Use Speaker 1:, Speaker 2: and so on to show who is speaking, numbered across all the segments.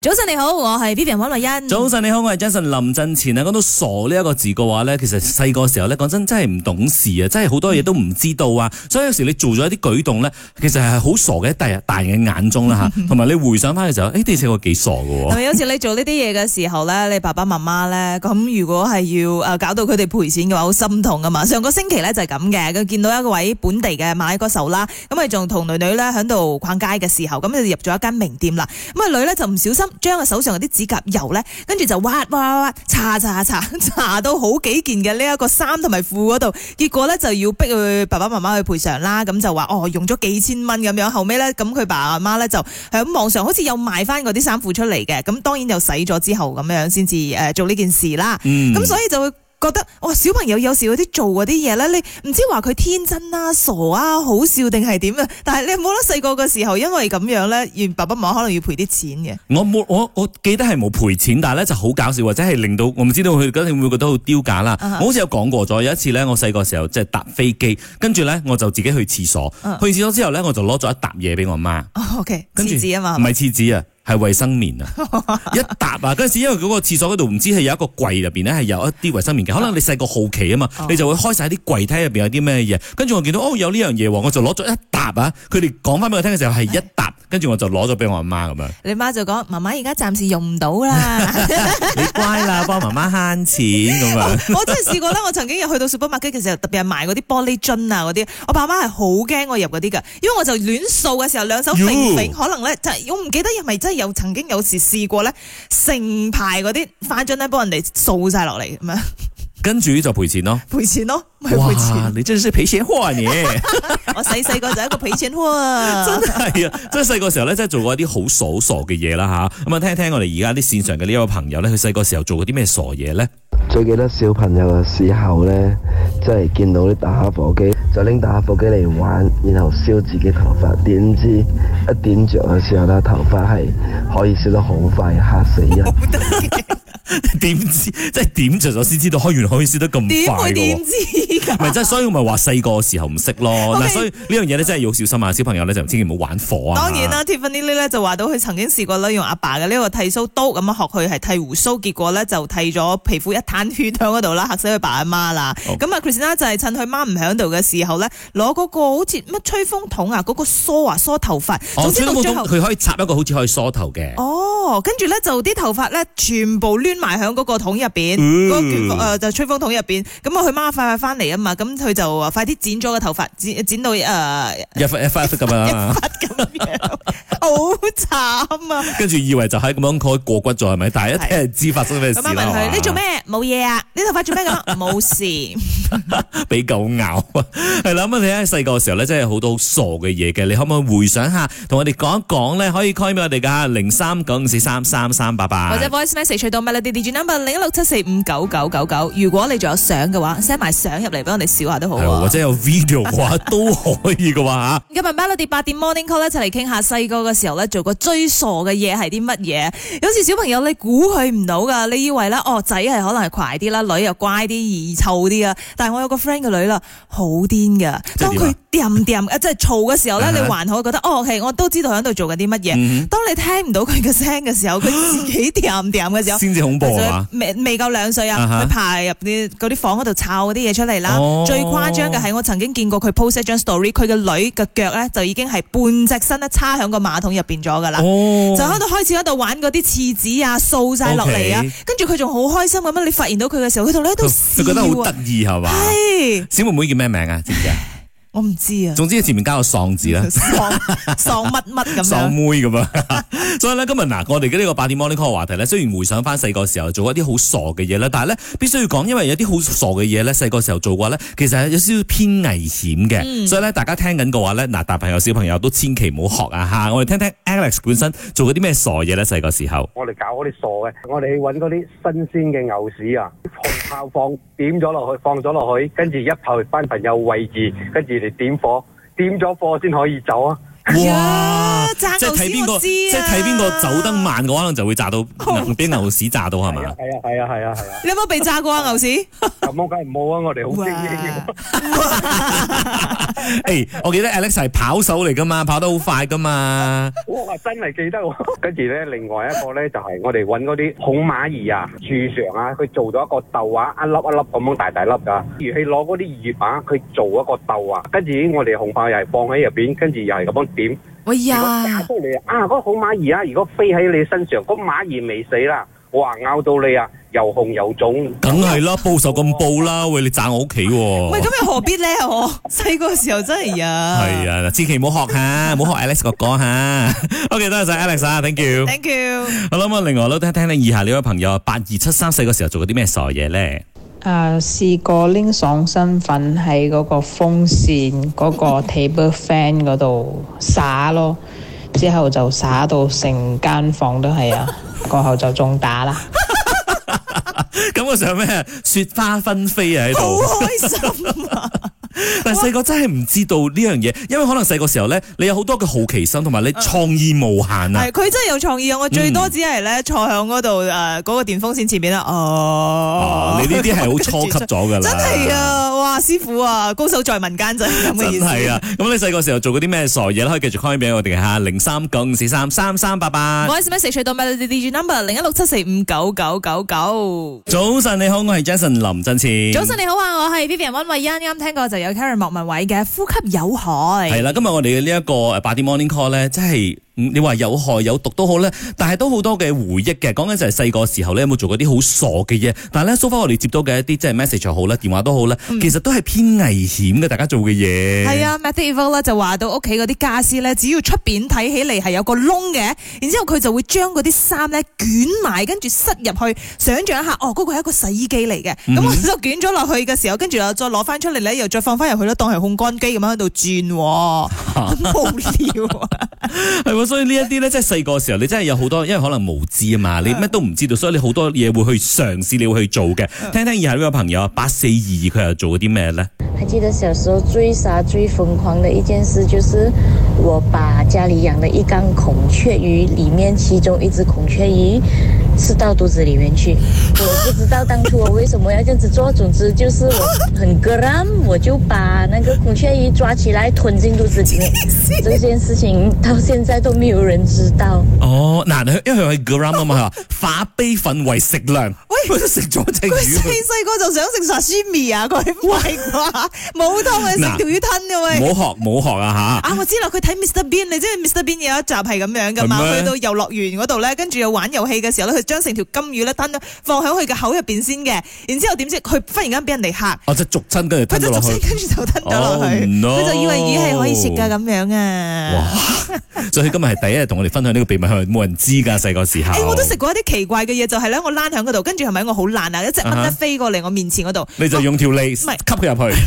Speaker 1: 早晨你好，我係 Vivian 温慧欣。
Speaker 2: 早晨，你好，我係 Jason 林振前啊。講到傻呢一個字嘅話咧，其實細個時候咧，講真真係唔懂事啊，真係好多嘢都唔知道啊。
Speaker 1: 嗯
Speaker 2: 所以有時你做咗一啲舉動咧，其實係好傻嘅，第日大人嘅眼中啦
Speaker 1: 嗯
Speaker 2: 吓，同埋你回想翻嘅時候，誒、你細個幾傻嘅
Speaker 1: 係
Speaker 2: 喎。
Speaker 1: 咪有時你做呢啲嘢嘅時候咧，你爸爸媽媽咧，咁如果係要诶搞到佢哋賠錢嘅話，好心痛噶嘛。上個星期咧就係咁嘅，佢見到一位本地嘅馬拉歌手啦，咁佢仲同女女咧喺度逛街嘅時候，咁就入咗一間名店啦。咁啊女咧就唔小心將個手上嗰啲指甲油咧，跟住就挖挖挖挖，搽搽搽搽到好幾件嘅呢一個衫同埋褲嗰度，結果咧就要逼佢爸爸媽媽去賠償啦。咁就話哦用咗幾千蚊咁樣，後尾咧咁佢爸媽咧就。喺網上好似有賣翻嗰啲衫褲出嚟嘅，咁當然又洗咗之後咁樣先至誒做呢件事啦。
Speaker 2: 嗯
Speaker 1: 咁、所以就會覺得，哇！小朋友有時嗰啲做嗰啲嘢咧，你唔知話佢天真啊、傻啊、好笑定係點啊？但係你有冇得細個嘅時候，因為咁樣咧，而爸爸媽媽可能要賠啲錢嘅。
Speaker 2: 我冇我我記得係冇賠錢，但係咧就好搞笑，或者係令到我唔知道佢嗰陣會唔會覺得好丟架啦。
Speaker 1: 啊哈
Speaker 2: 我好似有講過咗，有一次咧，我細個時候即係搭飛機，跟住咧我就自己去廁所，
Speaker 1: 啊
Speaker 2: 去廁所之後咧我就攞咗一沓嘢俾我媽。
Speaker 1: 哦，OK，
Speaker 2: 跟住
Speaker 1: 廁紙啊嘛，係
Speaker 2: 唔
Speaker 1: 咪
Speaker 2: 係廁紙啊，係衛生棉 啊，一沓啊！嗰陣時因為嗰個廁所嗰度唔知係有一個櫃入邊咧係有一啲衛生棉嘅，可能你細個好奇啊嘛
Speaker 1: 哦，
Speaker 2: 你就會開晒啲櫃睇入邊有啲咩嘢，跟住我見到哦有呢樣嘢喎，我就攞咗一沓啊！佢哋講翻俾我聽嘅時候係一沓，跟住我就攞咗俾我阿媽咁 樣，
Speaker 1: 你媽就講：媽媽而家暫時用唔到 啦。
Speaker 2: 你乖啦，幫媽媽慳錢咁啊 樣。
Speaker 1: 我真係試過啦，我曾經有去到 supermarket 嘅時候，特別係賣嗰啲玻璃樽啊嗰啲，我爸媽係好驚我入嗰啲㗎，因為我就亂掃嘅時候兩手揈揈，
Speaker 2: 喲
Speaker 1: 可能咧就係我唔記得係咪真係有曾經有時試過咧，成排嗰啲花樽咧幫人哋掃晒落嚟咁樣
Speaker 2: 跟住就賠錢咯。
Speaker 1: 賠錢咯，咪賠
Speaker 2: 哇
Speaker 1: 錢！。
Speaker 2: 你真係賠錢貨啊你！
Speaker 1: 我細細個就係一個賠錢喎，
Speaker 2: 真係啊！即係細個時候咧，真係做過一啲好傻好傻嘅嘢啦吓。咁啊，聽一聽我哋而家啲線上嘅呢一位朋友咧，佢細個時候做過啲咩傻嘢咧？
Speaker 3: 最記得小朋友嘅時候呢，即係見到啲打火機，就拎打火機嚟玩，然後燒自己頭髮。點知一點着嘅時候呢，頭髮係可以燒得好快，嚇死人！
Speaker 2: 點知即係點着咗先知道，開原可以燒得咁
Speaker 1: 點
Speaker 2: 快
Speaker 1: 會
Speaker 2: 嘅
Speaker 1: 點
Speaker 2: 喎。
Speaker 1: 知㗎？
Speaker 2: 咪即係，所以我咪話細個時候唔識 咯。嗱
Speaker 1: OK
Speaker 2: 所以呢樣嘢咧真係要小心啊！小朋友咧就千祈唔好玩火啊。
Speaker 1: 當然啦，Tiffany Lee 咧就話到佢曾經試過咧用阿爸嘅呢個剃鬚刀咁啊樣學佢係剃胡鬚，結果咧就剃咗皮膚一攤血響嗰度啦，嚇死佢爸阿媽啦。
Speaker 2: 哦
Speaker 1: 咁啊、c h r i s t i n a 就係趁佢媽唔響度嘅時候咧，攞嗰個好似乜吹風筒啊，嗰、個梳啊梳頭髮，
Speaker 2: 哦，
Speaker 1: 總之
Speaker 2: 吹
Speaker 1: 到
Speaker 2: 到
Speaker 1: 最
Speaker 2: 冇
Speaker 1: 後。
Speaker 2: 佢可以插一個好似可以梳頭嘅。
Speaker 1: 哦，跟住咧就啲頭髮咧全部攣埋喺嗰個桶入邊，
Speaker 2: 嗯
Speaker 1: 嗰個捲風呃誒就吹風筒入邊。咁啊，佢媽快快翻嚟啊嘛，咁佢就話快啲剪咗個頭髮，剪剪到誒、呃、
Speaker 2: 一忽一忽一忽咁 樣啊，
Speaker 1: 好慘啊！
Speaker 2: 跟住以為就係咁樣可以過骨咗係咪？但係一聽就知發生咩事
Speaker 1: 咁
Speaker 2: 啦。
Speaker 1: 啱問
Speaker 2: 係
Speaker 1: 佢
Speaker 2: 嘛
Speaker 1: 你做咩？冇嘢啊！你頭髮做咩 咁啊？冇事。
Speaker 2: 俾狗咬 啊！係啦，咁啊你喺細個嘅時候咧，真係好多好傻嘅嘢嘅，你可唔可以回想下，同我哋講一講咧？可以 call 俾我哋噶零三九五四三三三八八，
Speaker 1: 或者 voice message 去到 melody d i number 零一六七四五九九九九。如果你仲有相嘅話，send 埋相入嚟俾我哋笑下都好
Speaker 2: 係喎
Speaker 1: 啊
Speaker 2: 或。者有 video 嘅話都可以嘅話嚇
Speaker 1: 今日 Melody 八點 Morning Call 咧，一齊嚟傾下細個嘅時候咧，做過最傻嘅嘢係啲乜嘢？有時小朋友你估佢唔到噶，你以為咧哦仔係可能係快啲啦，女又乖啲、易湊啲啊。但係我有個 friend 嘅女啦，好癲噶。
Speaker 2: 即係
Speaker 1: 當
Speaker 2: 點
Speaker 1: 佢
Speaker 2: 啊
Speaker 1: 掂掂誒即係嘈嘅時 候咧，
Speaker 2: 啊哈
Speaker 1: 你還可以覺得哦，OK，我都知道喺度做緊啲乜
Speaker 2: 嗯
Speaker 1: 嘢。當你聽唔到佢嘅聲嘅時候，佢自己掂掂 嘅時候。
Speaker 2: 先至恐怖係嘛？
Speaker 1: 未未夠兩歲啊
Speaker 2: 啊！哈
Speaker 1: 佢爬入啲嗰啲房嗰度摷嗰啲嘢出嚟啦。
Speaker 2: 哦
Speaker 1: 最誇張嘅係我曾經見過佢 post 一張 story，佢嘅女嘅腳咧就已經係半隻身咧插喺個馬桶入邊咗㗎啦。
Speaker 2: 哦
Speaker 1: 就喺度開始喺度玩嗰啲廁紙啊，掃晒落嚟啊
Speaker 2: OK，
Speaker 1: 跟住佢仲好開心咁樣。你發現到佢嘅時候，佢同你喺度
Speaker 2: 佢覺得好
Speaker 1: 笑啊！
Speaker 2: 得意係嘛？
Speaker 1: 係，
Speaker 2: 小妹妹叫咩名啊？知唔知啊？
Speaker 1: 我唔知啊，
Speaker 2: 總之前面加個喪字啦。
Speaker 1: 喪喪乜乜咁
Speaker 2: 喪
Speaker 1: 樣。
Speaker 2: 妹咁啊！ 所以咧今日嗱，我哋嘅呢個八點 morning call 嘅話題咧，雖然回想翻細個時候做過一啲好傻嘅嘢啦，但係咧必須要講，因為有啲好傻嘅嘢咧，細個時候做過咧，其實係有少少偏危險嘅。所以咧，大家聽緊嘅話咧，嗱，大朋友小朋友都千祈唔好學啊嚇！我哋聽聽 Alex 本身做過啲咩傻嘢咧，細個時候。
Speaker 4: 我哋搞嗰啲傻嘅，我哋去揾嗰啲新鮮嘅牛屎啊，紅炮放點咗落去，放咗落去，跟住一炮班朋友圍住，跟住嚟點火，點咗火先可以走啊！
Speaker 2: 哇！
Speaker 1: 哎呀炸
Speaker 2: 即係睇邊
Speaker 1: 牛屎
Speaker 2: 個，
Speaker 1: 我知啊
Speaker 2: 即係睇邊個走得慢嘅話，可能就會炸到
Speaker 1: 好
Speaker 2: 俾牛屎炸到係
Speaker 4: 係啊
Speaker 2: 嘛？
Speaker 4: 係啊係啊係啊係啊，
Speaker 1: 你有冇被炸過啊？牛屎？
Speaker 4: 咁我梗係冇啊！我哋好
Speaker 1: 哇
Speaker 4: 精英嘅。
Speaker 2: 誒，我記得 Alex 係跑手嚟噶嘛，跑得好快噶嘛。
Speaker 4: 我話真係記得喎，跟住咧，另外一個咧就係、我哋揾嗰啲孔馬兒啊、柱上啊，佢做咗一個竇啊，一粒一粒咁樣大大粒噶。如佢攞嗰啲葉啊，佢做一個竇啊，跟住我哋紅炮又係放喺入邊，跟住又係咁樣點。
Speaker 1: 哎
Speaker 4: 如果炸出嚟啊，嗰、個孔馬兒啊，如果飛喺你身上，嗰、馬兒未死啦，我話咬到你啊，又紅又腫。
Speaker 2: 梗係啦，報仇咁報啦，喂，你炸我屋企喎。
Speaker 1: 喂，咁又何必咧？我細個嘅時候真係呀。
Speaker 2: 係啊，嗱千祈唔好學 吓，唔好學 Alex 哥哥吓。OK，多謝 晒 Alex 啊，thank you。
Speaker 1: Thank you。
Speaker 2: 好啦，咁啊，另外都聽聽你以下呢位朋友八二七三四嘅時候做過啲咩傻嘢咧？
Speaker 5: 啊，試過拎爽身粉喺嗰個風扇嗰、個 table fan 嗰度灑咯，之後就灑到成間房都係啊，過後就中打啦。
Speaker 2: 咁我想咩？雪花紛飛啊喺
Speaker 1: 好
Speaker 2: 度。
Speaker 1: 開心啊！
Speaker 2: 但係細個真係唔知道呢樣嘢，因為可能細個時候咧，你有好多嘅好奇心，同埋你創意無限啊
Speaker 1: 嗯係。佢真係有創意啊！我最多只係
Speaker 2: 嗯
Speaker 1: 咧坐響嗰度誒嗰個電風扇前面啦。哦
Speaker 2: 哦，，你呢啲係好初級咗噶 啦。
Speaker 1: 真係！啊！哇，師傅啊，高手在民間就係咁
Speaker 2: 真
Speaker 1: 嘅意思。
Speaker 2: 係啊！咁你細個時候做過啲咩傻嘢咧？可以繼續 call 俾我哋嚇，零三九五四三三三八八。
Speaker 1: 我 S M S 取到 Melody D G number 零一六七四五九九九九。
Speaker 2: 早晨你好，我係 Jason 林振前。
Speaker 1: 早晨你好啊，我係 Vivian 温慧欣，啱聽過就有 Karen 莫文蔚嘅《呼吸有害》。
Speaker 2: 係啦，今日我哋嘅呢一個誒八點 morning call 咧，即係嗯你話有害有毒都好咧，但係都好多嘅回憶嘅。講緊就係細個時候咧，有冇做過啲好傻嘅嘢？但係咧，so far 我哋接到嘅一啲即係 message 又好啦，電話都好啦，其實都係偏危險嘅，大家做嘅嘢。
Speaker 1: 嗯係。啊 m a t t e v o 咧就話到屋企嗰啲家私咧，只要出邊睇起嚟係有個窿嘅，然之後佢就會將嗰啲衫咧捲埋，跟住塞入去，想像一下，哦，嗰、個係一個洗衣機嚟嘅，咁、我就捲咗落去嘅時候，跟住又再攞翻出嚟咧，又再放翻入去咯，當係烘乾機咁樣喺度轉喎，好無聊啊！
Speaker 2: 係喎，所以呢一啲咧，即係細個時候，你真係有好多，因為可能無知啊嘛，你乜都唔知道，所以你好多嘢會去嘗試，你會去做嘅。
Speaker 1: 啊
Speaker 2: 聽聽以下呢位朋友八四二二，佢又做過啲咩咧？
Speaker 6: 还记得小时候最傻、最疯狂的一件事，就是我把家里养的一缸孔雀鱼里面其中一只孔雀鱼吃到肚子里面去。我不知道当初我为什么要这样子做，总之就是我很 gram，我就把那个孔雀鱼抓起来吞进肚子里面。这件事情到现在都没有人知道。
Speaker 2: 哦，嗱，因為佢 gram 啊嘛，佢話 化悲憤為食糧，
Speaker 1: 喂
Speaker 2: 佢都食咗隻
Speaker 1: 佢
Speaker 2: 魚
Speaker 1: 細。細個就想食 sashimi 啊，佢唔係啩？冇當佢食條魚吞嘅 喂。
Speaker 2: 唔好學，唔好學啊
Speaker 1: 啊！我知啦，佢睇 Mr. Bean，你知唔知 Mr. Bean 有一集係咁樣噶嘛？
Speaker 2: 係咩
Speaker 1: 去到遊樂園嗰度咧，跟住又玩遊戲嘅時候咧，佢將成條金魚咧吞咗放喺佢嘅口入邊先嘅，然之後點知佢忽然間俾人哋嚇，
Speaker 2: 嚇！我就逐親跟住
Speaker 1: 佢
Speaker 2: 吞咗
Speaker 1: 就
Speaker 2: 落
Speaker 1: 逐聲
Speaker 2: 去，
Speaker 1: 跟住就吞咗落去，
Speaker 2: Oh, no.
Speaker 1: 佢就以為魚係可以食㗎咁樣啊！
Speaker 2: 所以佢今日係第一日同我哋分享呢個秘密，係冇人知㗎。細個時候，
Speaker 1: 誒，哎我都食過一啲奇怪嘅嘢，就係咧，我躝喺嗰度，跟住係咪我好懶啊？一隻蚊
Speaker 2: 啊哈
Speaker 1: 咧飛過嚟我面前嗰度，
Speaker 2: 你就用條脷吸
Speaker 1: 哦係
Speaker 2: 佢入去。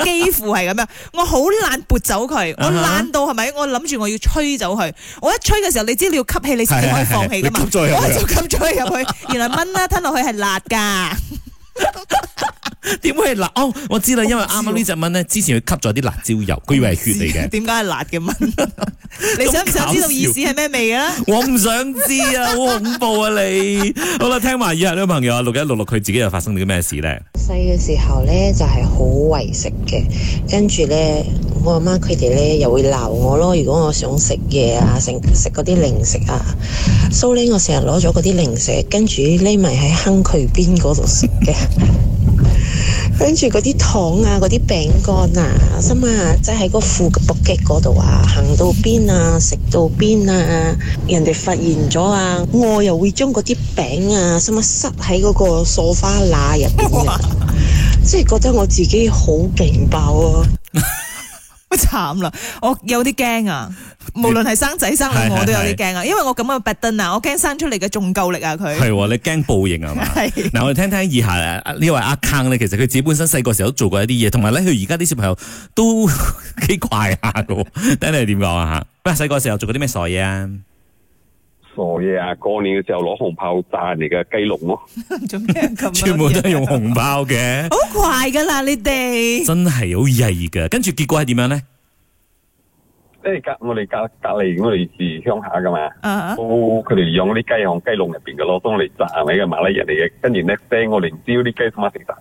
Speaker 1: 幾乎係咁樣，我好懶撥走佢，我
Speaker 2: 啊哈
Speaker 1: 懶到係咪？我諗住我要吹走佢，我一吹嘅時候，你知你要吸氣，你先至可以放氣噶嘛。
Speaker 2: 係係係你吸咗佢入去啊
Speaker 1: 我就吸咗佢入 去，原來蚊咧啊吞落去係辣㗎。
Speaker 2: 點會係辣？哦，我知啦，因為啱啱呢只蚊咧，之前佢吸咗啲辣椒油，佢以為係血嚟 嘅。
Speaker 1: 點解係辣嘅 蚊？你想唔想知道意思係咩味啊？
Speaker 2: 我唔想知啊，好恐怖啊你！好啦，聽埋以下呢位朋友啊，六一六六，佢自己又發生咗啲咩事咧？
Speaker 7: 細嘅時候咧就係好為食嘅，跟住咧我阿媽佢哋咧又會鬧我咯。如果我想食嘢啊，食食嗰啲零食啊，所以呢我成日攞咗嗰啲零食，跟住匿埋喺坑渠邊嗰度食嘅。 跟住嗰啲糖啊，嗰啲餅乾啊，心啊，即係喺個褲嘅搏擊嗰度啊，行到邊啊，食到邊啊，人哋發現咗啊，我又會將嗰啲餅啊，心啊，塞喺嗰個梳花罅入邊啊，即係覺得我自己好勁爆啊！
Speaker 1: 好慘啦！我有啲驚啊！無論係生仔生女，
Speaker 2: 係
Speaker 1: 我都有啲
Speaker 2: 係
Speaker 1: 驚啊！因為我咁嘅拔燈啊，我驚生出嚟嘅仲夠力啊！佢
Speaker 2: 係喎，你驚報應啊係嘛？
Speaker 1: 係
Speaker 2: 嗱，我哋聽聽以下啊呢位阿坑咧，其實佢自己本身細個時候都做過一啲嘢，同埋咧佢而家啲小朋友都 幾怪下嘅喎。睇你點講啊嚇？喂，細個時候做過啲咩傻嘢啊？
Speaker 8: 傻嘢啊！過年嘅時候攞紅炮炸人哋嘅雞籠咯，
Speaker 1: 做咩咁啊？
Speaker 2: 全部都係用紅 包嘅，
Speaker 1: 好怪㗎啦！你哋
Speaker 2: 真係好曳嘅。跟住結果係點樣咧？
Speaker 9: 因為隔我哋隔隔離我哋是鄉下噶嘛，
Speaker 1: 啊
Speaker 9: 好佢哋養嗰啲雞響雞籠入邊嘅咯，當嚟炸係咪嘅馬拉人嚟嘅，跟住 next day 我哋唔知嗰啲雞媽食晒，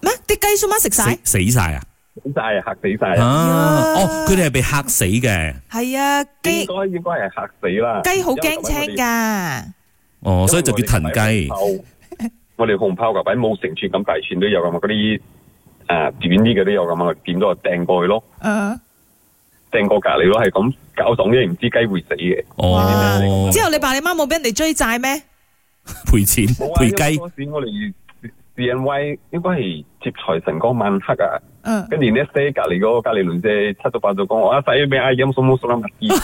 Speaker 1: 咩？啲雞叔媽食晒
Speaker 2: 死？死晒啊！
Speaker 9: 死晒啊嚇死晒
Speaker 2: 啊
Speaker 9: 啊！
Speaker 1: 哎
Speaker 2: 哦，佢哋係被嚇死嘅。
Speaker 1: 係啊，
Speaker 9: 應
Speaker 1: 雞
Speaker 9: 該應該係嚇死啦。
Speaker 1: 雞好驚
Speaker 9: 因為
Speaker 1: 青㗎。
Speaker 2: 哦，所以就叫騰雞。
Speaker 9: 我哋紅炮。我哋紅炮嘅位冇成串咁大串都有噶嘛，嗰啲啊短啲嘅都有噶嘛，我哋掂到就掟過去咯，
Speaker 1: 啊
Speaker 9: 掟過隔離咯，係咁搞爽啫，唔知雞會死嘅。
Speaker 2: 哦，
Speaker 1: 之後你爸你媽冇俾人哋追債咩？
Speaker 2: 賠錢
Speaker 9: 冇啊
Speaker 2: 賠雞
Speaker 9: 因為。嗰時我哋 D N Y 應該係接財神嗰晚黑啊，
Speaker 1: 嗯，
Speaker 9: 跟住呢些隔離嗰個隔離鄰舍七早八早講我啊使咩啊飲餸冇餸乜嘢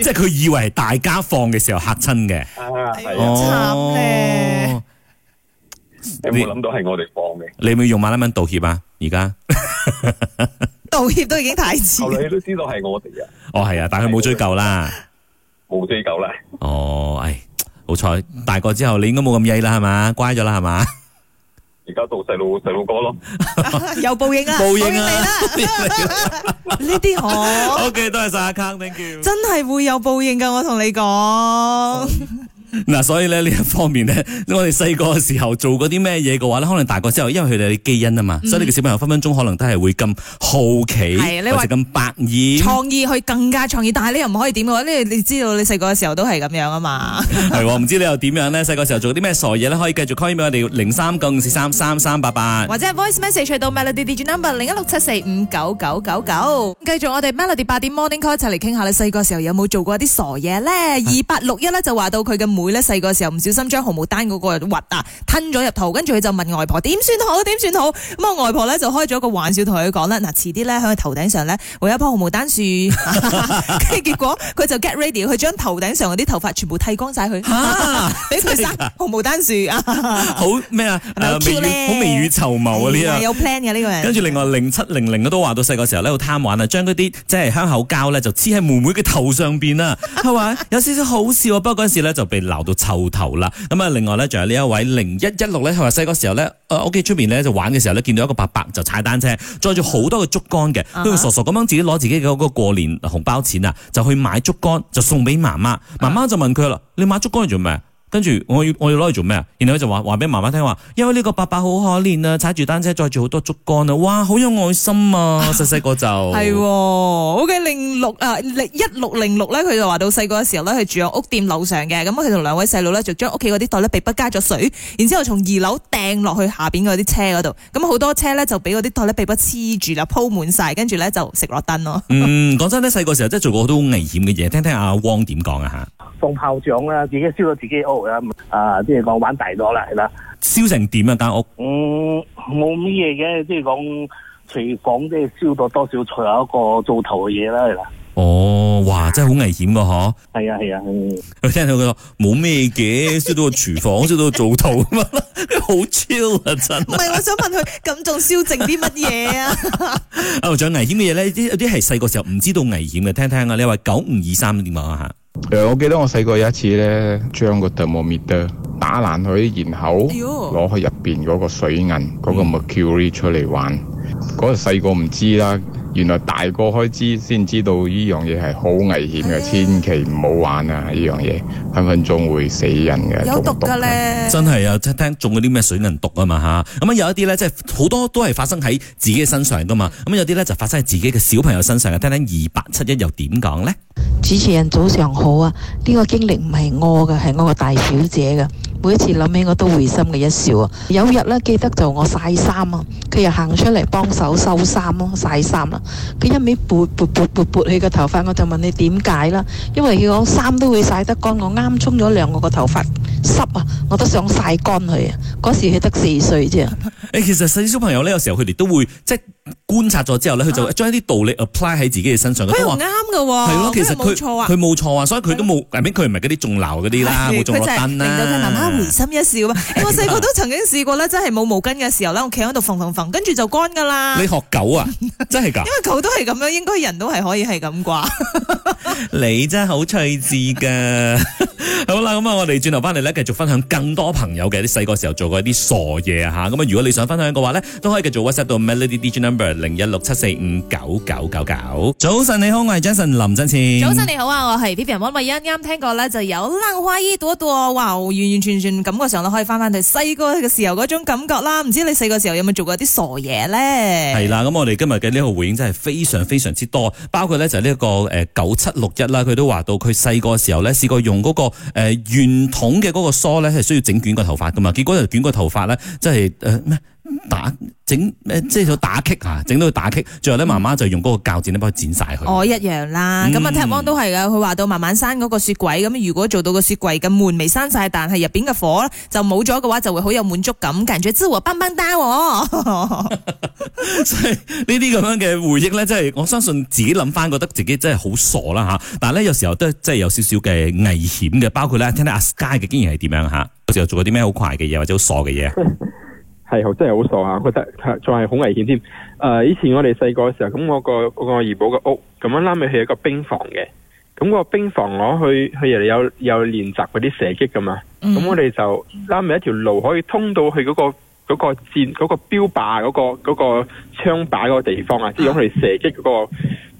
Speaker 2: 即係佢以為係大家放嘅時候嚇親嘅。
Speaker 9: 啊係啊，
Speaker 1: 慘咧
Speaker 2: 哦！
Speaker 9: 你
Speaker 2: 你
Speaker 9: 冇諗到係我哋放嘅，
Speaker 2: 你會用馬拉文道歉啊？而家
Speaker 1: 道歉都已經太遲
Speaker 9: 後。來你都知道係我哋啊，
Speaker 2: 哦 係啊，但係佢冇追究啦。
Speaker 9: 冇追究啦。
Speaker 2: 哦，唉，好彩大個之後你應該冇咁曳啦，係嘛？乖咗啦，係嘛？
Speaker 9: 而家到細路細路哥咯。
Speaker 1: 有報應啊！
Speaker 2: 報應啊
Speaker 1: 嚟啦！呢啲我
Speaker 2: OK，多謝晒阿康，thank you。
Speaker 1: 真係會有報應噶，我同你講。
Speaker 2: 嗱，所以咧呢一方面咧，我哋細個嘅時候做嗰啲咩嘢嘅話咧，可能大個之後，因為佢哋嘅基因啊嘛，所以你嘅小朋友分分鐘可能都係會咁好奇，
Speaker 1: 嗯係你話
Speaker 2: 或者咁百厭。
Speaker 1: 創意去更加創意，但係你又唔可以點嘅話，呢你知道你細個嘅時候都係咁樣啊嘛。
Speaker 2: 係喎，唔知你又點樣咧？細個時候做啲咩傻嘢咧？可以繼續 call 俾我哋零三九五四三三三八八。
Speaker 1: 或者係 voice message 去到 melody digit number 零一六七四五九九九九。繼續我哋 melody 八點 morning call 一齊嚟傾下你細個時候有冇做過啲傻嘢咧？二八六一咧就話到佢嘅妹咧細個時候唔小心將紅毛丹嗰個核啊吞咗入肚，跟住佢就問外婆點算好點算好。咁啊外婆咧就開咗個玩笑同佢講啦，嗱遲啲咧喺佢頭頂上咧會有一棵紅毛丹 樹，跟住結果佢就 get ready，佢將頭頂上嗰啲頭髮全部剃光晒佢，
Speaker 2: 啊
Speaker 1: 俾佢生紅毛丹樹啊！
Speaker 2: 好咩啊？
Speaker 1: 係咪好
Speaker 2: 誒未
Speaker 1: cute
Speaker 2: 雨
Speaker 1: 咧
Speaker 2: 好未雨綢繆啊！呢
Speaker 1: 係
Speaker 2: 啊。
Speaker 1: 有 plan 嘅呢個人。
Speaker 2: 跟住另外零七零零都話到細個時候咧好貪玩啊，將嗰啲即係香口膠咧就黐喺妹妹嘅頭上邊啊，係嘛？ 有少少好笑啊，不過嗰陣時咧就被鬧到臭頭啦。咁啊，另外咧仲有呢一位零一一六咧，佢話細個時候咧，誒屋企出面咧就玩嘅時候咧，見到一個伯伯就踩單
Speaker 1: 啊
Speaker 2: 車，載住好多嘅竹竿嘅，
Speaker 1: 啊哈
Speaker 2: 佢傻傻咁樣自己攞自己嘅嗰個過年紅包錢啊，就去買竹竿就送俾媽媽，媽媽就問佢啦：你買竹竿嚟做咩啊？跟住我要我要攞嚟做咩啊？然後佢就話話俾媽媽聽話，因為呢個伯伯好可憐啊，踩住單車載住好多竹竿啊，哇，好有愛心啊！細細個就
Speaker 1: 系，OK 零六啊，零一六零六咧，佢就話到細個嘅時候咧，佢住喺屋店樓上嘅，咁佢同兩位細路咧就將屋企嗰啲袋咧被筆加咗水，然之後從二樓掟落去下邊嗰啲車嗰度，咁好多車咧就俾嗰啲袋咧被筆黐住啦，鋪滿晒，跟住咧就食落燈咯。
Speaker 2: 嗯，講真咧，細個時候真係做過好多好危險嘅嘢，聽聽阿汪點講啊
Speaker 10: 放炮仗啦，自己燒到自己屋啦，啊，即係講玩大咗啦，係啦。
Speaker 2: 吓，燒成點啊間屋？
Speaker 10: 嗯，冇乜嘢嘅，即係講廚房即係燒到多少，除有一個灶頭嘅嘢啦，係啦。
Speaker 2: 哦，哇，真係好危險噶嗬！
Speaker 10: 係啊，係啊，嗯
Speaker 2: 佢聽到佢話冇咩嘅，燒到個廚房，燒到個灶頭咁啊， 好 chill 啊真
Speaker 1: 唔係，我想問佢咁仲燒剩啲乜嘢啊？
Speaker 2: 啊！仲有危險嘅嘢咧，啲有啲係細個時候唔知道危險嘅，聽聽啊！你話九五二三點講啊吓？
Speaker 11: 誒、我記得我細個有一次咧，將個 thermometer 打爛佢，然後
Speaker 1: 哎喲
Speaker 11: 攞去入邊嗰個水銀嗰、個
Speaker 7: 嗯
Speaker 11: mercury 出嚟玩。嗰個細個唔知啦，原來大個開知先知道呢樣嘢係好危險
Speaker 1: 哎
Speaker 7: 啊
Speaker 11: 嘅，
Speaker 1: 呀
Speaker 11: 千祈唔好玩啊！呢樣嘢分分鐘會死人嘅，
Speaker 1: 有毒
Speaker 11: 中毒
Speaker 1: 㗎咧，
Speaker 2: 真係啊！聽聽中嗰啲咩水銀毒啊嘛吓，咁啊有一啲咧，即係好多都係發生喺自己嘅身上噶嘛。咁啊有啲咧就發生喺自己嘅小朋友身上嘅。聽聽二八七一又點講咧？
Speaker 7: 主持人早上好啊！呢、個經歷唔係我嘅，係我個大表姐嘅。每一次諗起我都會心嘅一笑啊！有日咧，記得就我晒衫啊，佢又行出嚟幫手收衫咯，晒衫啦。佢一味撥撥撥撥撥佢個頭髮，我就問你點解啦？因為佢講衫都會晒得乾，我啱沖咗涼，我個頭髮濕啊，我都想晒乾佢啊。嗰時佢得四歲啫。
Speaker 2: 誒，其實細小朋友咧，有時候佢哋都會即係觀察咗之後咧，佢就將一啲道理 apply 喺自己嘅身上。
Speaker 1: 佢
Speaker 2: 都
Speaker 1: 又
Speaker 2: 話
Speaker 1: 啱嘅喎，
Speaker 2: 係咯，其實
Speaker 1: 佢冇
Speaker 2: 佢
Speaker 1: 錯啊
Speaker 2: 佢。冇錯啊，所以佢都冇，明佢唔係嗰啲中鬧嗰啲啦，冇
Speaker 1: 佢就
Speaker 2: 中落
Speaker 1: 係
Speaker 2: 燈
Speaker 1: 令到佢媽
Speaker 2: 啦
Speaker 1: 媽。回心一 笑啊！誒我細個都曾經試過咧，真係冇毛巾嘅時候咧，我企喺度縫縫縫，跟住就乾噶啦。
Speaker 2: 你學狗啊，真係㗎？
Speaker 1: 因為狗都係咁樣，應 該人都係可以係咁啩。
Speaker 2: 你真係好趣致㗎。 好啦，咁啊，我哋轉頭翻嚟咧，繼續分享更多朋友嘅啲細個時候做過一啲傻嘢啊吓。咁啊，如果你想分享嘅話咧，都可以繼續 WhatsApp 到 Melody DJ Number 零一六七四五九九九九。早晨你好，我係 Jason 林振前。
Speaker 1: 早晨你好啊，我係 Vivian 温慧欣，啱聽過咧就有冷花衣朵朵，哇，完完全全感覺上咧可以翻翻去細個嘅時候嗰種感覺啦。唔知你細個時候有冇做過啲傻嘢咧？
Speaker 2: 係啊啦，咁我哋今日嘅呢個回應真係非常非常之多，包括咧就係呢一個誒九七六一啦，佢都話到佢細個時候咧試過用嗰個誒圓筒嘅嗰個梳咧係需要整捲個頭髮噶嘛，結果就捲個頭髮咧即係誒咩打整咩即係有打棘啊，整到佢打棘，最後咧媽媽就用嗰個鉸剪咧幫佢剪晒佢。
Speaker 1: 哦我一樣啦，咁啊、
Speaker 2: 嗯
Speaker 1: 聽聽汪都係噶，佢話到慢慢閂嗰個雪櫃，咁如果做到個雪櫃嘅門未閂晒，但係入邊嘅火呢就冇咗嘅話，就會好有滿足感，感覺自 我棒棒噠喎。
Speaker 2: 所以呢啲咁樣嘅回憶咧，真係我相信自己諗翻，覺得自己真係好傻啦吓。但係咧，有時候都真係有少少嘅危險嘅，包括咧聽聽阿 Sky 嘅經驗係點樣吓，有時候做過啲咩好怪嘅嘢或者好傻嘅嘢啊。
Speaker 9: 係好真係好傻啊！我覺得係仲係好危險添。誒、呃以前我哋細個嘅時候，咁我個我個怡寶嘅屋咁樣拉尾去一個冰房嘅。咁、個冰房我去去人哋有有練習嗰啲射擊噶嘛。咁、我哋就拉尾一條路可以通到去嗰、個嗰、個箭嗰、個標靶嗰、個嗰、個槍靶嗰個地方啊，即係我哋射擊嗰個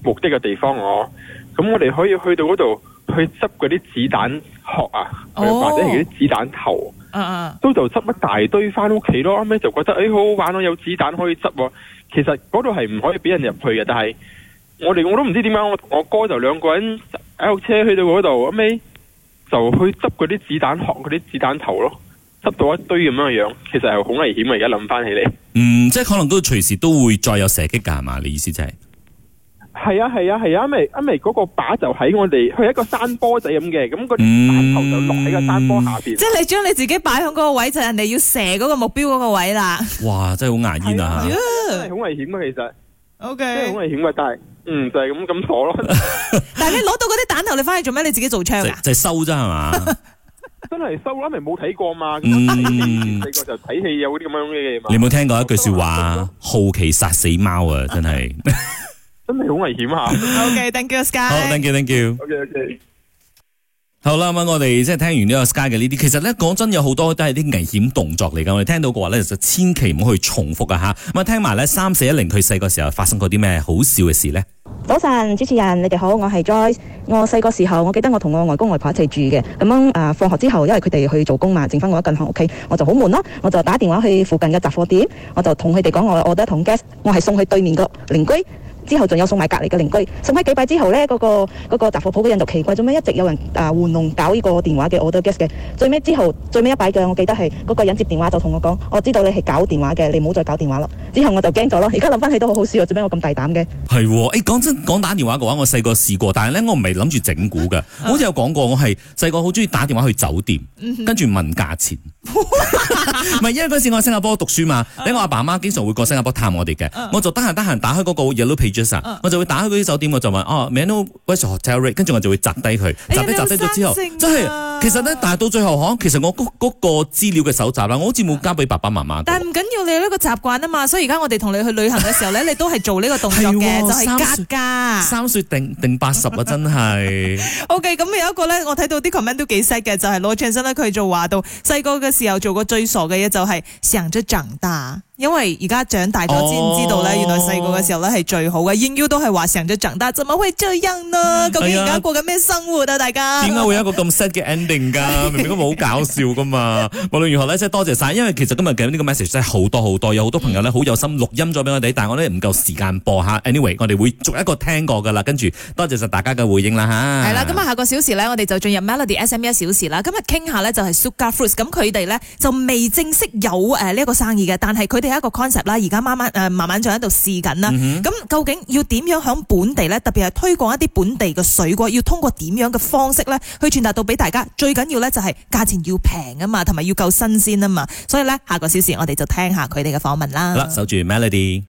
Speaker 9: 目的嘅地方我。咁我哋可以去到嗰度去執嗰啲子彈殼啊，
Speaker 1: 哦
Speaker 9: 或者係嗰啲子彈頭。
Speaker 1: 啊啊，
Speaker 9: 都就執一大堆翻屋企咯，後尾就覺得誒、哎好好玩咯，有子彈可以執喎。其實嗰度係唔可以俾人入去嘅，但係我哋我都唔知點解，我我哥就兩個人喺部車去到嗰度，後尾就去執嗰啲子彈殼、嗰啲子彈頭咯，執到一堆咁樣嘅樣，其實係好危險啊！而家諗翻起嚟，
Speaker 2: 嗯，即係可能都隨時都會再有射擊㗎係嘛？你意思即 係？
Speaker 9: 係啊係啊係啊，因為因為嗰個靶就喺我哋，佢係一個山坡仔咁嘅，咁嗰啲彈頭就落喺個山坡下邊。
Speaker 1: 即係你將你自己擺喺嗰個位，就係人哋要射嗰個目標嗰個位啦。
Speaker 2: 哇，真係好牙煙啊！
Speaker 1: 嗯
Speaker 2: 嚇
Speaker 9: 真係好危險啊！其實
Speaker 1: O
Speaker 9: 真係
Speaker 1: K，
Speaker 9: 好危險啊！但係嗯就係咁咁傻咯。
Speaker 1: 但係你攞到嗰啲彈頭，你翻去做咩？你自己做槍
Speaker 2: 就
Speaker 1: 啊？
Speaker 2: 就係收啫係 嘛？
Speaker 9: 真係收啦，咪冇睇過嘛。咁
Speaker 2: 嗯
Speaker 9: 細個就睇戲有啲咁樣嘅嘢嘛。
Speaker 2: 你有冇聽過一句説 話？好奇殺死貓啊！真係。
Speaker 9: 真係好危險啊
Speaker 1: OK，thank you Sky。
Speaker 2: 好，thank you，thank you。
Speaker 9: ！OK OK，
Speaker 2: 好啦，咁我哋即係聽完呢個 Sky 嘅呢啲，其實咧講真有好多都係啲危險動作嚟㗎。我哋聽到嘅話咧，就千祈唔好去重複啊吓。咁啊，聽埋咧三四一零佢細個時候發生過啲咩好笑嘅事咧？
Speaker 12: 早晨，主持人，你哋好，我係 Joyce。我細個時候，我記得我同我外公外婆一齊住嘅。咁樣啊，放學之後，因為佢哋去做工嘛，剩翻我一個人喺屋企，我就好悶咯。我就打電話去附近嘅雜貨店，我就同佢哋講我我得一桶 gas，我係送去對面個鄰居。之後仲有送埋隔離嘅鄰居，送開幾擺之後呢，嗰、個嗰、個雜貨鋪嘅人就奇怪，做咩一直有人啊玩弄搞呢個電話嘅 order guest 嘅？最尾之後最尾一擺嘅，我記得係嗰個人接電話就同我講：我知道你係搞電話嘅，你唔好再搞電話啦。之後我就驚咗咯，而家諗翻起都好好笑啊！做咩我咁大膽嘅？
Speaker 2: 係喎，誒講真講打電話嘅話，我細個試過，但係咧我唔係諗住整蠱
Speaker 1: 啊
Speaker 2: 㗎。我好似有講過，我係細個好中意打電話去酒店，
Speaker 1: 嗯
Speaker 2: 跟住問價 錢。 唔係因為嗰陣時我喺新加坡讀書嘛，
Speaker 1: 啊
Speaker 2: 你我阿爸媽經常會過新加坡探我哋嘅，我就得閒得閒打開嗰個 Yellow Pages 啊，我就會打開嗰啲酒店，我就問哦 m e n u where's your hotel rate，跟住我就會摘低佢，
Speaker 1: 哎呀
Speaker 2: 摘低摘低咗之
Speaker 1: 你好
Speaker 2: 後
Speaker 1: 生性啊，
Speaker 2: 真係其實咧，但係到最後行，其實我嗰嗰個資料嘅搜集啦，我好似冇交俾爸爸媽媽㗎。
Speaker 1: 但唔緊要，你有呢個習慣啊嘛，所以而家我哋同你去旅行嘅時候咧，你都係做呢個動作嘅，
Speaker 2: 係喎
Speaker 1: 就係
Speaker 2: 三
Speaker 1: 格
Speaker 2: 歲
Speaker 1: 噶。
Speaker 2: 三歲定定八十啊，真係。
Speaker 1: O.K. 咁有一個咧，我睇到啲 comment 都幾 sad 嘅，就係攞 c h a n c e 咧，佢就話到細個嘅時候做過最傻嘅嘢就係想咗長大，因為而家長大咗先
Speaker 2: 哦
Speaker 1: 知道咧，原來細個嘅時候咧係最好嘅。應 U 都係話想咗長大，怎麼會這樣呢？究竟而
Speaker 2: 係
Speaker 1: 家
Speaker 2: 啊
Speaker 1: 過緊咩生活啊？大家
Speaker 2: 點解會有一個咁 sad 嘅 ending 㗎？明明咁好搞笑噶嘛！無論如何咧，即係多謝晒，因為其實今日嘅呢個 message 真係好多好多，有好多朋友咧好有心錄音咗俾我哋，但係我咧唔夠時間播嚇。Anyway，我哋會逐一個聽過㗎啦，跟住多謝晒大家嘅回應啦嚇。
Speaker 1: 係啦，咁啊下個小時咧，我哋就進入 Melody S M E 一小時啦。今日啊傾下咧就係 Sugar Fruits，咁佢哋咧就未正式有誒呢一個生意嘅，但係佢哋有一個 concept 啦，而家慢慢誒慢慢仲喺度試緊啦。咁、究竟要點樣響本地咧，特別係推廣一啲本地嘅水果，要通過點樣嘅方式咧去傳達到俾大家？最緊要咧就係價錢要平啊嘛，同埋要夠新鮮啊嘛。所以咧下個小時我哋就聽下佢哋嘅訪問啦。
Speaker 2: 好啦，守住 Melody。